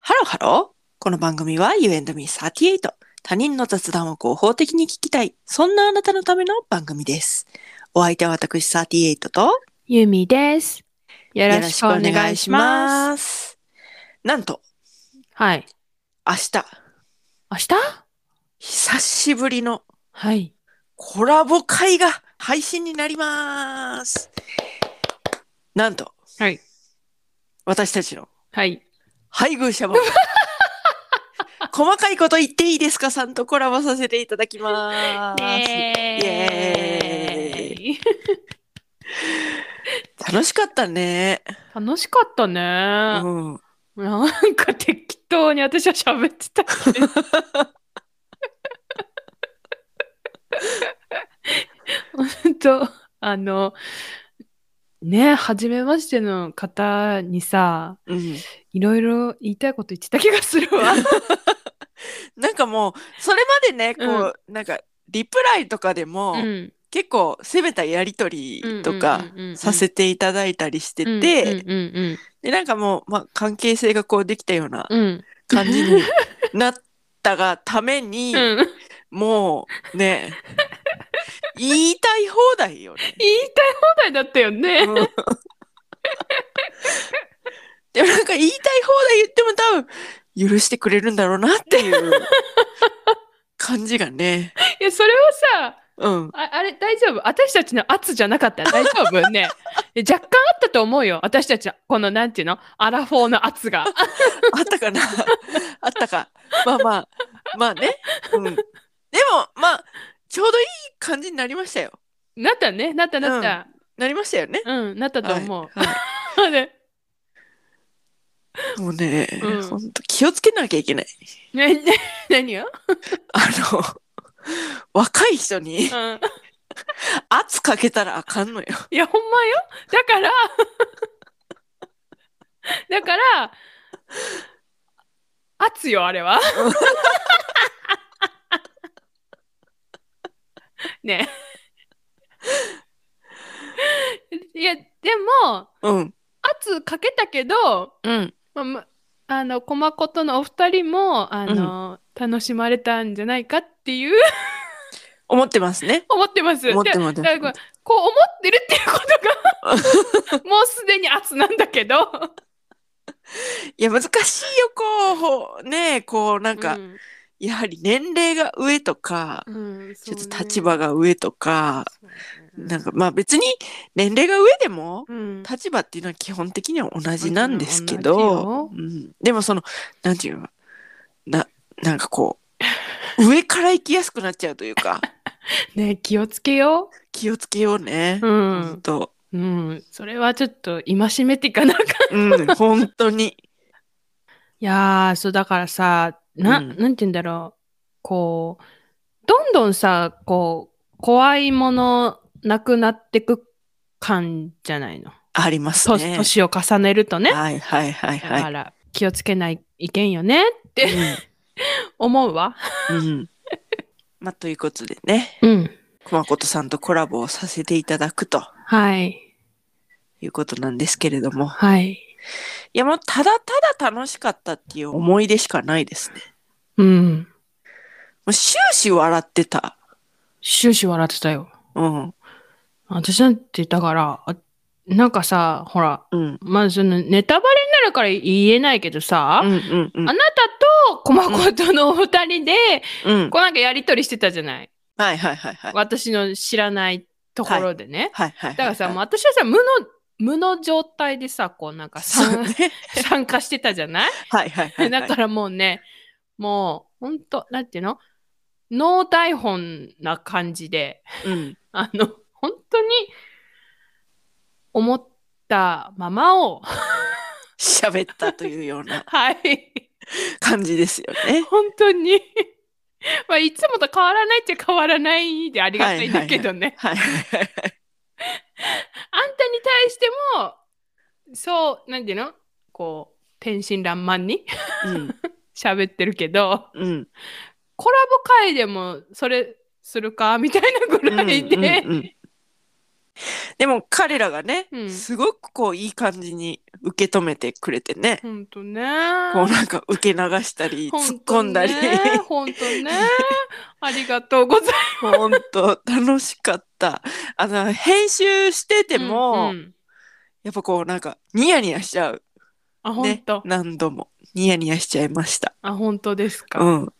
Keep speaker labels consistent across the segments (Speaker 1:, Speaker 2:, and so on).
Speaker 1: ハローハロー。この番組は You and me38。他人の雑談を合法的に聞きたい。そんなあなたのための番組です。お相手は私38と
Speaker 2: ゆみです。よろしくお願いします。
Speaker 1: す。なんと、
Speaker 2: はい。
Speaker 1: 明日、
Speaker 2: 明日
Speaker 1: 久しぶりの
Speaker 2: はい。
Speaker 1: コラボ会が配信になります。なんと、
Speaker 2: はい。
Speaker 1: 私たちの
Speaker 2: はい。
Speaker 1: 配偶 者も。細かいこと言っていいですかさんとコラボさせていただきます。
Speaker 2: エーイ
Speaker 1: 楽しかったね。
Speaker 2: 楽しかったね。
Speaker 1: うん。
Speaker 2: なんか適当に私は喋ってたけど本当あの、ね、初めましての方にさ、
Speaker 1: うん。
Speaker 2: いろいろ言いたいこと言ってた気がするわ。
Speaker 1: なんかもう、それまでね、こう、なんか、リプライとかでも、
Speaker 2: うん
Speaker 1: 結構攻めたやりとりとか
Speaker 2: うんうんうんうん
Speaker 1: させていただいたりしてて、
Speaker 2: うんうんうん
Speaker 1: で、なんかもう、まあ、関係性がこうできたような
Speaker 2: うんうん
Speaker 1: 感じになったがために、
Speaker 2: うん言い
Speaker 1: もう、ね、言いたい放題よね。
Speaker 2: たい放題だったよね。
Speaker 1: うん でもなんか言いたい放題言っても多分許してくれるんだろうなっていう感じがね。
Speaker 2: いや、それはさ、
Speaker 1: うん。
Speaker 2: ああれ、大丈夫私たちの圧じゃなかった大丈夫 ね。いや若干あったと思うよ。私たち、この、なんていうのアラフォーの圧が。
Speaker 1: あったかなあったか。まあまあ。まあね。うん。でも、まあ、ちょうどいい感じになりましたよ。
Speaker 2: なったね。なったなった。
Speaker 1: なりましたよね。
Speaker 2: うん、なったと思う。
Speaker 1: はいは
Speaker 2: ね
Speaker 1: もうね、
Speaker 2: うん
Speaker 1: ほんと気をつけなきゃいけない。
Speaker 2: ね、ね、何よ、
Speaker 1: あの、若い人に
Speaker 2: うん、
Speaker 1: 圧かけたらあかんのよ。
Speaker 2: いや、ほんまよ。だから、 だから、圧よ、あれは。 ねえ。いや、でも、
Speaker 1: うん。
Speaker 2: 圧かけたけど、
Speaker 1: うん。
Speaker 2: まあま、あの、コマコとのお二人も、あの、楽しまれたんじゃないかっていう、
Speaker 1: 思ってますね。
Speaker 2: 思ってます。
Speaker 1: 思って
Speaker 2: で
Speaker 1: ます
Speaker 2: だからこれこう思ってるっていう ことがもうすでに圧なんだけど
Speaker 1: いや難しいよこうほねこうなんか、
Speaker 2: うん
Speaker 1: やはり年齢が上とか、
Speaker 2: うん
Speaker 1: ちょっ
Speaker 2: そう
Speaker 1: と
Speaker 2: ね
Speaker 1: 立場が上とか、
Speaker 2: そうね
Speaker 1: なんかまあ別に年齢が上でも
Speaker 2: うん
Speaker 1: 立場っていうのは基本的には同じなんですけど、うん、でもそのなんていうのななんかこう上から行きやすくなっちゃうという か
Speaker 2: ね気をつけよ
Speaker 1: 気をつけようね
Speaker 2: う、う。
Speaker 1: 本
Speaker 2: ん
Speaker 1: 当、
Speaker 2: うん、それはちょっと戒めていかなあかん い
Speaker 1: うん、本当に。
Speaker 2: やーそうだからさな,、
Speaker 1: うん
Speaker 2: なんて言うんだろうこうどんどんさこう怖いものなくなってく感じゃないの、
Speaker 1: あります
Speaker 2: と
Speaker 1: ね。
Speaker 2: 年を重ねるとね、
Speaker 1: はいはいはい
Speaker 2: だ
Speaker 1: は
Speaker 2: か
Speaker 1: い。
Speaker 2: ら気をつけないいけんよねって思うわ。
Speaker 1: うんうん、 まあということでね。
Speaker 2: うん。
Speaker 1: まことさんとコラボをさせていただくと
Speaker 2: はい。
Speaker 1: いうことなんですけれども。
Speaker 2: はい。
Speaker 1: いや、もうただただ楽しかったっていう思い出しかないですね。
Speaker 2: うん。
Speaker 1: もう終始笑ってた。
Speaker 2: 終始笑ってたよ。
Speaker 1: うん。
Speaker 2: 私なんてだから、あなんかさ、ほら、
Speaker 1: うん。
Speaker 2: まあそのネタバレになるから言えないけどさ、
Speaker 1: うんうんうん
Speaker 2: あ。なたとコマコとのお二人で、
Speaker 1: うん。
Speaker 2: こうなんかやりとりしてたじゃない。
Speaker 1: はいはいはいはい。
Speaker 2: 私の知らないところでね。
Speaker 1: はいはい。
Speaker 2: だからさ、もう
Speaker 1: ま
Speaker 2: 私はさ、無の、無の状態でさ、こうなんかさ
Speaker 1: そうね。
Speaker 2: 参加してたじゃない
Speaker 1: はいはいはいはい。
Speaker 2: だからもうね、もう、ほんと、なんていうの脳台本な感じで、
Speaker 1: うん。
Speaker 2: あの、本当に思ったままを、
Speaker 1: 喋ったというような
Speaker 2: はい、
Speaker 1: 感じですよね。
Speaker 2: 本当に、まあ、いつもと変わらないっちゃ変わらないでありがたいんだけどね、
Speaker 1: はいはいはいはい。
Speaker 2: あんたに対しても、そう、なんていうのこう、天真爛漫に
Speaker 1: うん。
Speaker 2: 喋ってるけど、
Speaker 1: うん。
Speaker 2: コラボ会でもそれするかみたいなぐ
Speaker 1: うん
Speaker 2: らいで、
Speaker 1: うんうんでも彼らがね、
Speaker 2: うん
Speaker 1: すごくこういい感じに受け止めてくれてね、
Speaker 2: ほんとね。
Speaker 1: こうなんか受け流した り
Speaker 2: ほ
Speaker 1: 突っ込んだり
Speaker 2: ほんとね。ありがとうございま
Speaker 1: 本当楽しかったあの編集してて
Speaker 2: す。
Speaker 1: も、
Speaker 2: うんうん
Speaker 1: やっぱこうなんかニヤニヤしちゃう
Speaker 2: あ、ほん
Speaker 1: ね
Speaker 2: と。
Speaker 1: 何度もニヤニヤしちゃいました
Speaker 2: あ、ほんとですか。
Speaker 1: うん、うん、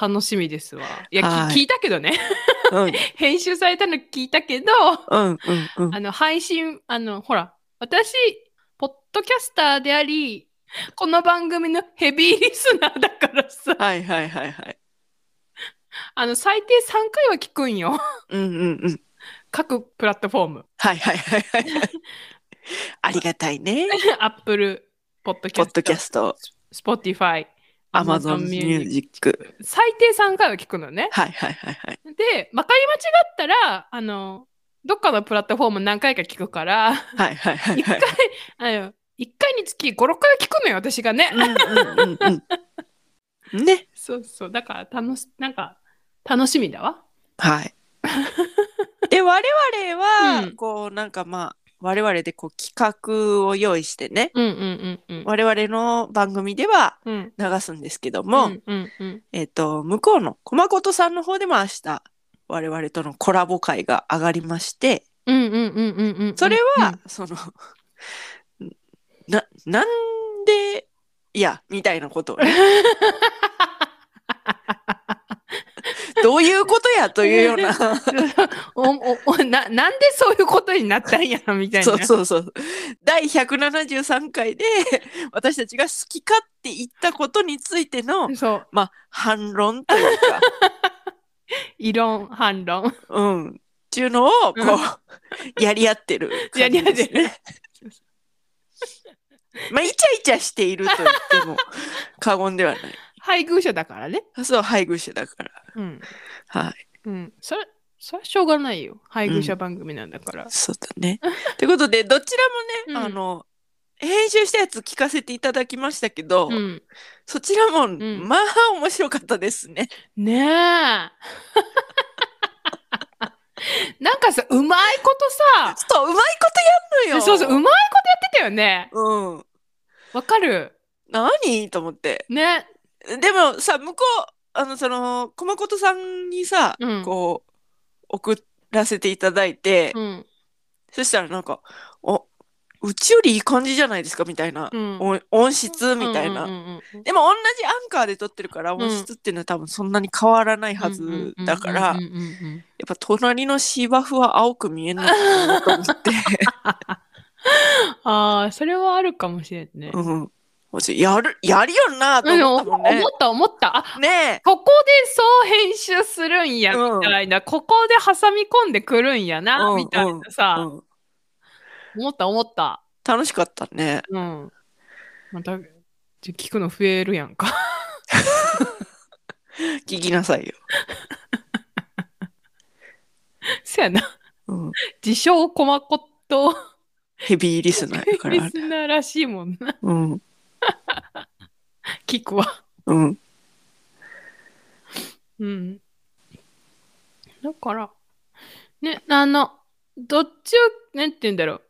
Speaker 2: 楽しみですわ。いや、き
Speaker 1: はい
Speaker 2: 聞いたけどね。
Speaker 1: うん
Speaker 2: 編集されたの聞いたけど、
Speaker 1: うんうん
Speaker 2: あの、配信、あの、ほら、私、ポッドキャスターであり、この番組のヘビーリスナーだからさ、
Speaker 1: はいはいはいはい
Speaker 2: あの、最低3回は聞くんよ。
Speaker 1: うんうんうん
Speaker 2: 各プラットフォーム。
Speaker 1: はいはいはいはい はいありがたいね
Speaker 2: アップル、ポッドキ
Speaker 1: ポ
Speaker 2: ャ
Speaker 1: ッドキャ
Speaker 2: ス
Speaker 1: スト
Speaker 2: ト、スポティファイ、
Speaker 1: アマゾンミュージック
Speaker 2: 最低3回は聞くのね。
Speaker 1: はいはいはいはい
Speaker 2: で、まかり間違ったら、あの、どっかのプラットフォーム何回か聞くから、
Speaker 1: はいはいはい
Speaker 2: 一
Speaker 1: は
Speaker 2: 回
Speaker 1: い、
Speaker 2: あの、一回につき5、6回は聞くのよ、私がね。
Speaker 1: うんうんうんうんね
Speaker 2: そうそう。だから、楽し、なんか、楽しみだわ。
Speaker 1: はい。で我々は、
Speaker 2: うん
Speaker 1: こうなんかまあ我々でこう企画を用意してね
Speaker 2: うんうんうんうん。
Speaker 1: 我々の番組では
Speaker 2: うん。
Speaker 1: 流すんですけども、
Speaker 2: うんうんうん。
Speaker 1: えっ、と向こうの駒琴さんの方でも明日我々とのコラボ会が上がりまして
Speaker 2: うんうんうんうんうんうん。
Speaker 1: それは、そのななんでいやみたいなことを ねどういうことやというような。
Speaker 2: おおおな、なんでそういうことになったんや、みたいな。
Speaker 1: そうそうそう。第173回で私たちが好き勝手言ったことについての、
Speaker 2: そう。
Speaker 1: まあ、反論というか、
Speaker 2: 異論、反論。
Speaker 1: うん、っていうのをこう、
Speaker 2: う
Speaker 1: やり合ってる
Speaker 2: や
Speaker 1: 感
Speaker 2: り
Speaker 1: じ
Speaker 2: 合
Speaker 1: で
Speaker 2: って
Speaker 1: す
Speaker 2: る
Speaker 1: ね。。 まあ、イチャイチャしていると言っても過言ではない。
Speaker 2: 配偶者だからね。
Speaker 1: そう、配偶者だから。
Speaker 2: うん。
Speaker 1: はい。
Speaker 2: うん。それ、それはしょうがないよ。配偶者番組なんだから。
Speaker 1: そうだね。ということで、どちらもね、
Speaker 2: うん
Speaker 1: あの、編集したやつ聞かせていただきましたけど、
Speaker 2: うん。
Speaker 1: そちらも、
Speaker 2: ん
Speaker 1: まあ面白かったですね。
Speaker 2: ねえ。 なんかさ、うまいことさ、
Speaker 1: そう、うまいことやんのよ。
Speaker 2: そうそう、うまいことやってたよね。
Speaker 1: うん。
Speaker 2: わかる。
Speaker 1: 何と思って。
Speaker 2: ね。
Speaker 1: でもさ、向こう、あの、その、駒琴さんにさ、
Speaker 2: うん
Speaker 1: こう、送らせていただいて、
Speaker 2: うん。
Speaker 1: そしたらなんか、お、うちよりいい感じじゃないですかみたいな、
Speaker 2: うん
Speaker 1: 音音質みたいな。
Speaker 2: うんうんうんうん
Speaker 1: でも同じアンカーで撮ってるから
Speaker 2: ん
Speaker 1: 音質っていうのは多分そんなに変わらないはずだから、
Speaker 2: うん
Speaker 1: や
Speaker 2: うんうんうんうん
Speaker 1: っぱ隣の芝生は青く見えんのかなと思って、
Speaker 2: ああ、それはあるかもしれんね。
Speaker 1: うん。やる、やるよなと思ったもん
Speaker 2: うん
Speaker 1: ね
Speaker 2: 思。った思った。あ
Speaker 1: ねえ。
Speaker 2: ここでそう編集するんや、
Speaker 1: うん
Speaker 2: みたいな。ここで挟み込んでくるんやな、
Speaker 1: うん
Speaker 2: みたいなさ、
Speaker 1: うん
Speaker 2: 思った思った。
Speaker 1: 楽しかったね。
Speaker 2: うん。また、じゃ聞くの増えるやんか。
Speaker 1: 聞きなさいよ。
Speaker 2: そやな。
Speaker 1: うん、
Speaker 2: 自称コマコット
Speaker 1: ヘビーリスナーやか
Speaker 2: リ
Speaker 1: ら。
Speaker 2: スナーらしいもんな。
Speaker 1: うん。
Speaker 2: 聞くわ。
Speaker 1: うん。
Speaker 2: うん。だから、ね、あの、どっちを、なんて言うんだろう。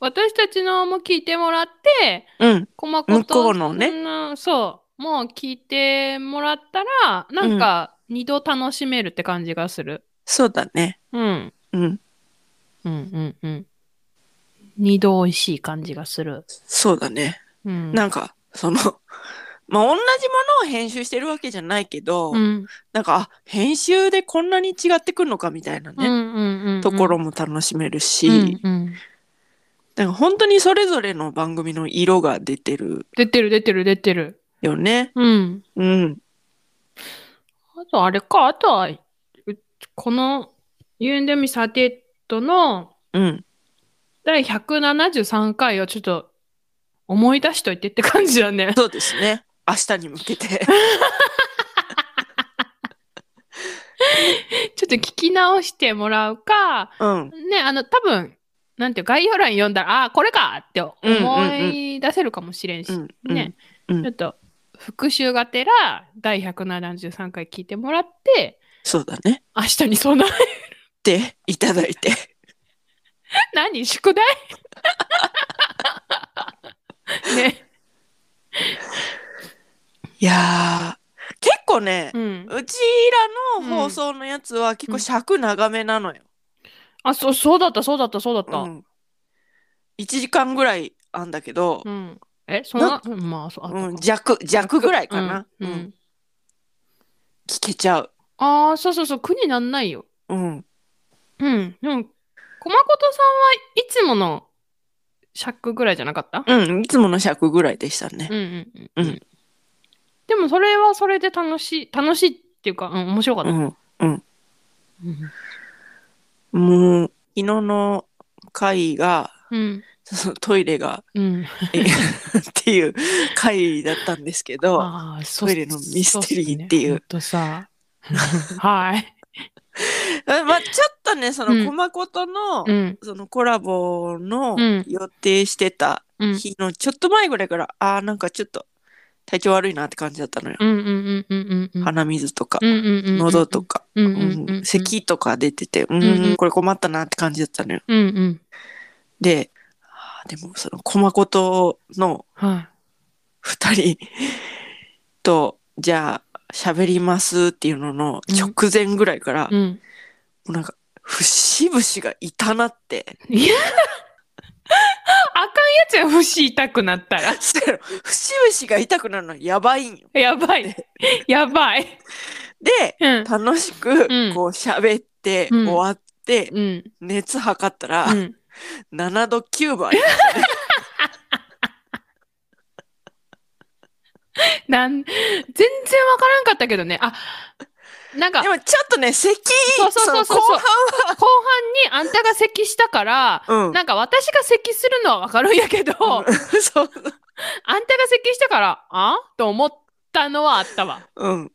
Speaker 2: 私たちのも聞いてもらって、
Speaker 1: うん。
Speaker 2: 細かく。
Speaker 1: 向こうのね
Speaker 2: うんそう。もう聞いてもらったら、なんか、二度楽しめるって感じがする。
Speaker 1: そうだね。
Speaker 2: うん。
Speaker 1: うん。
Speaker 2: うんうんうん。二度美味しい感じがする。
Speaker 1: そうだね。
Speaker 2: うん。
Speaker 1: なんか、その、 まあ、同じものを編集してるわけじゃないけど、
Speaker 2: うん
Speaker 1: なんか、あ、編集でこんなに違ってくるのかみたいな
Speaker 2: うんう
Speaker 1: ね、
Speaker 2: んうんうん。
Speaker 1: ところも楽しめるし、
Speaker 2: うんうん。
Speaker 1: なんか本当にそれぞれの番組の色が出てる
Speaker 2: 出てる出てる出てる。
Speaker 1: よね。
Speaker 2: うん。
Speaker 1: うん。
Speaker 2: あとあれか、あとは、うこの U&M38 の
Speaker 1: うん。
Speaker 2: 第173回をちょっと思い出しといてって感じだね。
Speaker 1: そうですね。明日に向けて。
Speaker 2: ちょっと聞き直してもらうか、
Speaker 1: うん。
Speaker 2: ね、あの、多分、なんていう概要欄読んだら、ああ、これかって思
Speaker 1: うんうん
Speaker 2: い出せるかもしれんし、
Speaker 1: うん。
Speaker 2: ね、
Speaker 1: うん
Speaker 2: ちょっと復習がてら、第173回聞いてもらって、
Speaker 1: そうだね。
Speaker 2: 明日に備え
Speaker 1: っていただいて。
Speaker 2: 何宿題 ね。
Speaker 1: いやー、結構ね、
Speaker 2: うん。
Speaker 1: うちらの放送のやつは結構尺長めなのよ。
Speaker 2: あ、そう、そうだった、そうだった、そうだっ
Speaker 1: う
Speaker 2: た。
Speaker 1: ん1時間ぐらいあんだけど、
Speaker 2: うん。え、そんな、うんまあ、そう、あった
Speaker 1: うん、
Speaker 2: か
Speaker 1: 弱、弱ぐらいかな。
Speaker 2: う
Speaker 1: うんん
Speaker 2: うん
Speaker 1: 聞けちゃう。
Speaker 2: ああ、そうそうそう、苦になんないよ。
Speaker 1: うん。
Speaker 2: うん。でも、駒琴さんはいつもの尺ぐらいじゃなかった
Speaker 1: うん、いつもの尺ぐらいでしたね
Speaker 2: う。んうん
Speaker 1: うん
Speaker 2: うん。でも、それはそれで楽しい、楽しいっていうか、うん、面白かっ
Speaker 1: う
Speaker 2: た。
Speaker 1: ん。
Speaker 2: うん。
Speaker 1: もう、昨日の回が、
Speaker 2: うん。
Speaker 1: そのトイレ が、
Speaker 2: うん。
Speaker 1: えっていう回だったんですけど、
Speaker 2: ああ、そ
Speaker 1: トイレのミステリーっていう。
Speaker 2: とさ。はい。
Speaker 1: えまあ、ちょっとね、そ
Speaker 2: うん
Speaker 1: の、駒ことの、
Speaker 2: うん。
Speaker 1: そのコラボの
Speaker 2: うん
Speaker 1: 予定してた
Speaker 2: うん。
Speaker 1: 日のちょっと前ぐらいから、ああ、なんかちょっと体調悪いなって感じだったのよ。
Speaker 2: うんうんうんうんうんうん。
Speaker 1: 鼻水とか、
Speaker 2: うんうんうんうん。
Speaker 1: 喉とか、
Speaker 2: うん
Speaker 1: う
Speaker 2: うんんうん。
Speaker 1: 咳とか出てて、うん、
Speaker 2: んうん
Speaker 1: これ困ったなって感じだったのよ。
Speaker 2: うんうん。
Speaker 1: で、あーでもその、駒ことの
Speaker 2: はい。
Speaker 1: 二 人と、じゃあ、喋りますっていうのの直前ぐらいから、も
Speaker 2: うん。
Speaker 1: うなんか、節々が痛なって、
Speaker 2: いやあかんやつや、節痛くなったら。
Speaker 1: そやろ節々が痛くなるのやばいんよ。
Speaker 2: やば い。やばい。
Speaker 1: で、
Speaker 2: うん。
Speaker 1: 楽しく
Speaker 2: うん
Speaker 1: こう喋って
Speaker 2: うん
Speaker 1: 終わって
Speaker 2: うん。
Speaker 1: 熱測ったら
Speaker 2: うん。
Speaker 1: 7度9分ありまし
Speaker 2: なん、全然わからんかったけどね。あ、なん
Speaker 1: た
Speaker 2: か
Speaker 1: で、もちょっとね咳
Speaker 2: そうそう
Speaker 1: そ
Speaker 2: そう
Speaker 1: の
Speaker 2: そ
Speaker 1: 後
Speaker 2: う
Speaker 1: 半
Speaker 2: 後半にあんたが咳したから、
Speaker 1: うん
Speaker 2: なんか私が咳するのはわかるんやけど、
Speaker 1: はうん そう
Speaker 2: あんたが咳したから、あと思ったのはあったわ。
Speaker 1: うん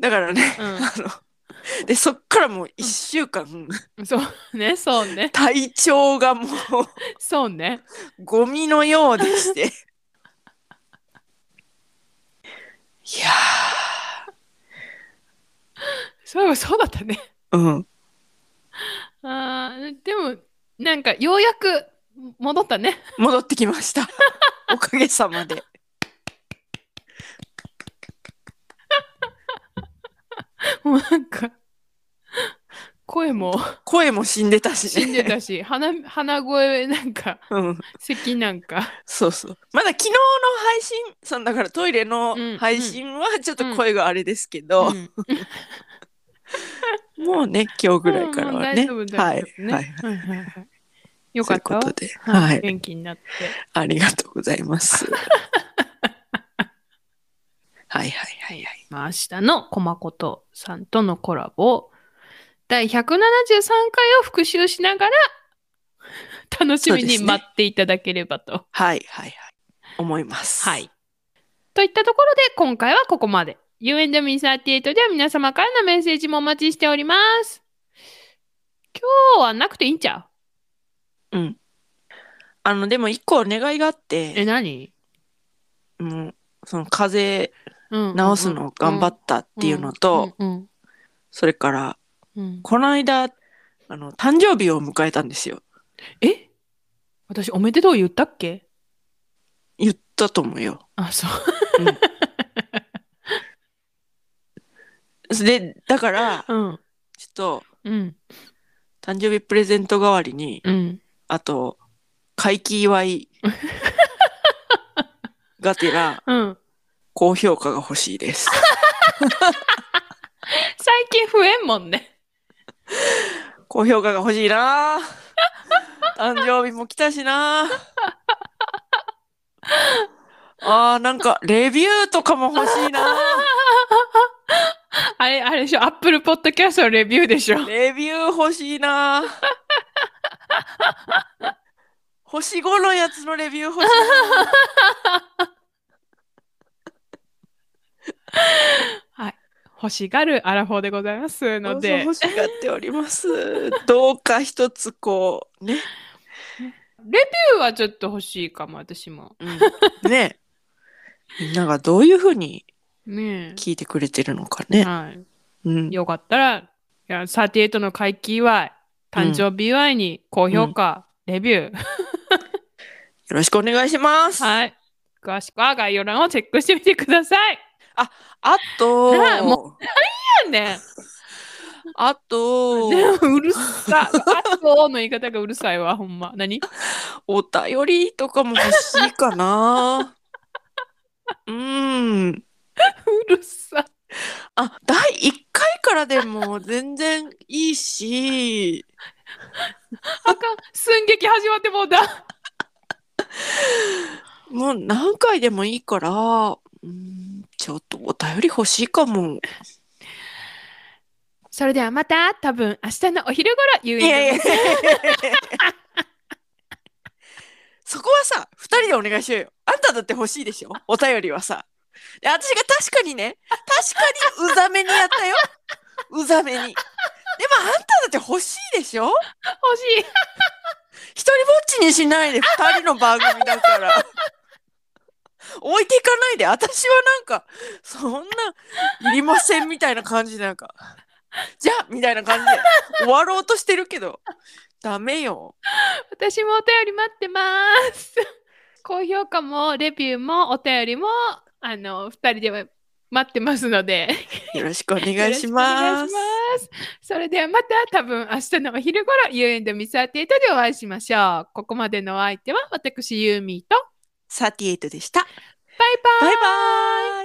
Speaker 1: だからね
Speaker 2: う
Speaker 1: あのでそっからもう1週間
Speaker 2: ん。そうね、そうね、
Speaker 1: 体調がもう
Speaker 2: そうね。
Speaker 1: ゴミのようでして いや
Speaker 2: そういえばそうだったね。
Speaker 1: ーうん
Speaker 2: あーでも、なんかようやく戻ったね。
Speaker 1: 戻ってきました おかげさまで
Speaker 2: もうなんか、声も
Speaker 1: 声も死んでたしね
Speaker 2: 死んでた し、鼻、鼻声なんか、
Speaker 1: うん
Speaker 2: 咳なんか。
Speaker 1: そうそう。まだ昨日の配信、そのだからトイレの
Speaker 2: うん
Speaker 1: 配信はちょっと声があれですけど、
Speaker 2: うん
Speaker 1: もうね、今日ぐらいから
Speaker 2: うん
Speaker 1: は
Speaker 2: 大
Speaker 1: ね。
Speaker 2: 丈夫
Speaker 1: は
Speaker 2: 大
Speaker 1: い
Speaker 2: 丈。夫ね
Speaker 1: はい。
Speaker 2: はいはいはいよかったわ
Speaker 1: ということで、はい、
Speaker 2: 元気になって。
Speaker 1: ありがとうございます。 はいはいはいはい。
Speaker 2: まあ、明日のコマコトさんとのコラボを第173回を復習しながら 楽しみ
Speaker 1: そうで
Speaker 2: に
Speaker 1: すね
Speaker 2: 待っていただければと。
Speaker 1: はいはいはい。思います。
Speaker 2: はい。。といったところで今回はここまで。U&Me38 では皆様からのメッセージもお待ちしております。今日はなくていいんちゃ
Speaker 1: うん。あの、でも一個お願いがあっ
Speaker 2: うえ、
Speaker 1: て、
Speaker 2: 何
Speaker 1: もう、その風
Speaker 2: うん
Speaker 1: 邪治すのを頑張
Speaker 2: っ
Speaker 1: ったっていうのと、、
Speaker 2: うんうん
Speaker 1: それから、
Speaker 2: うんうん
Speaker 1: この間、あの、誕生日を迎えたんですよ。
Speaker 2: え私おめでとう言ったっけ
Speaker 1: 言ったと思うよ。
Speaker 2: あ、そう。
Speaker 1: で、だから、
Speaker 2: うん。
Speaker 1: ちょっと、
Speaker 2: うん。
Speaker 1: 誕生日プレゼント代わりに、
Speaker 2: うん。
Speaker 1: あと、会期祝いがてら、
Speaker 2: うん。
Speaker 1: 高評価が欲しいです。
Speaker 2: 最近増えんもんね。
Speaker 1: 高評価が欲しいなぁ 誕生日も来たしなぁあーなんか、レビューとかも欲しいな ぁ
Speaker 2: あれ、あれでしょ、アップルポッドキャストのレビューでしょ。
Speaker 1: レビュー欲しいなぁ星5のやつのレビュー欲しいなぁ
Speaker 2: 欲しがるアラフォーでございますの で
Speaker 1: 欲、しがっております。どうか一つこう、ね。
Speaker 2: 今日はちょっと欲しいかも、私も。
Speaker 1: ね。みんながどういうふうに
Speaker 2: ね
Speaker 1: 聞いてくれてるのか
Speaker 2: え。
Speaker 1: ね。
Speaker 2: は
Speaker 1: うん
Speaker 2: い。。よかったら、いや38の回帰祝い、誕生日祝いに高評価、レビュー、
Speaker 1: よろしくお願いします。
Speaker 2: はい。詳しくは概要欄をチェックしてみてください。
Speaker 1: あ
Speaker 2: なあ
Speaker 1: と、
Speaker 2: なんやねん
Speaker 1: あ と、
Speaker 2: でもうるさ。あとの言い方がうるさいわ、ほんま。何
Speaker 1: お便りとかも欲しいかな。うん。
Speaker 2: うるさ。
Speaker 1: あ、第1回からでも全然いいし、
Speaker 2: あかん。寸劇始まってもうだ。
Speaker 1: もう何回でもいいから、うん、ちょっとお便り欲しいかも。
Speaker 2: それではまた、多分明日のお昼頃、遊
Speaker 1: いやいや
Speaker 2: 園
Speaker 1: いや そこはさ、2人でお願いしようよ。あんただって欲しいでしょお便りはさ。で私が確かにね、確かにうざめにやったよ。うざめに。でもあんただって欲しいでしょ
Speaker 2: 欲しい。
Speaker 1: 一人ぼっちにしないで、二人の番組だから。置いていかないで、私はなんか、そんな、いりませんみたいな感じで、なんか、じゃあみたいな感じで、終わろうとしてるけど、ダメよ。
Speaker 2: 私もお便り待ってます。 高評価もレビューもお便りもあの二人では待ってますので
Speaker 1: よろしくお願
Speaker 2: よろ
Speaker 1: い
Speaker 2: し
Speaker 1: し
Speaker 2: くお願
Speaker 1: ま
Speaker 2: いし
Speaker 1: す。
Speaker 2: ます。それではまた多分明日のお昼頃 You and Miss アテータでお会いしましょう。ここまでのお相手は私ユーミーと
Speaker 1: サティエイトでした。
Speaker 2: バイバ
Speaker 1: バ
Speaker 2: イ
Speaker 1: イバイ。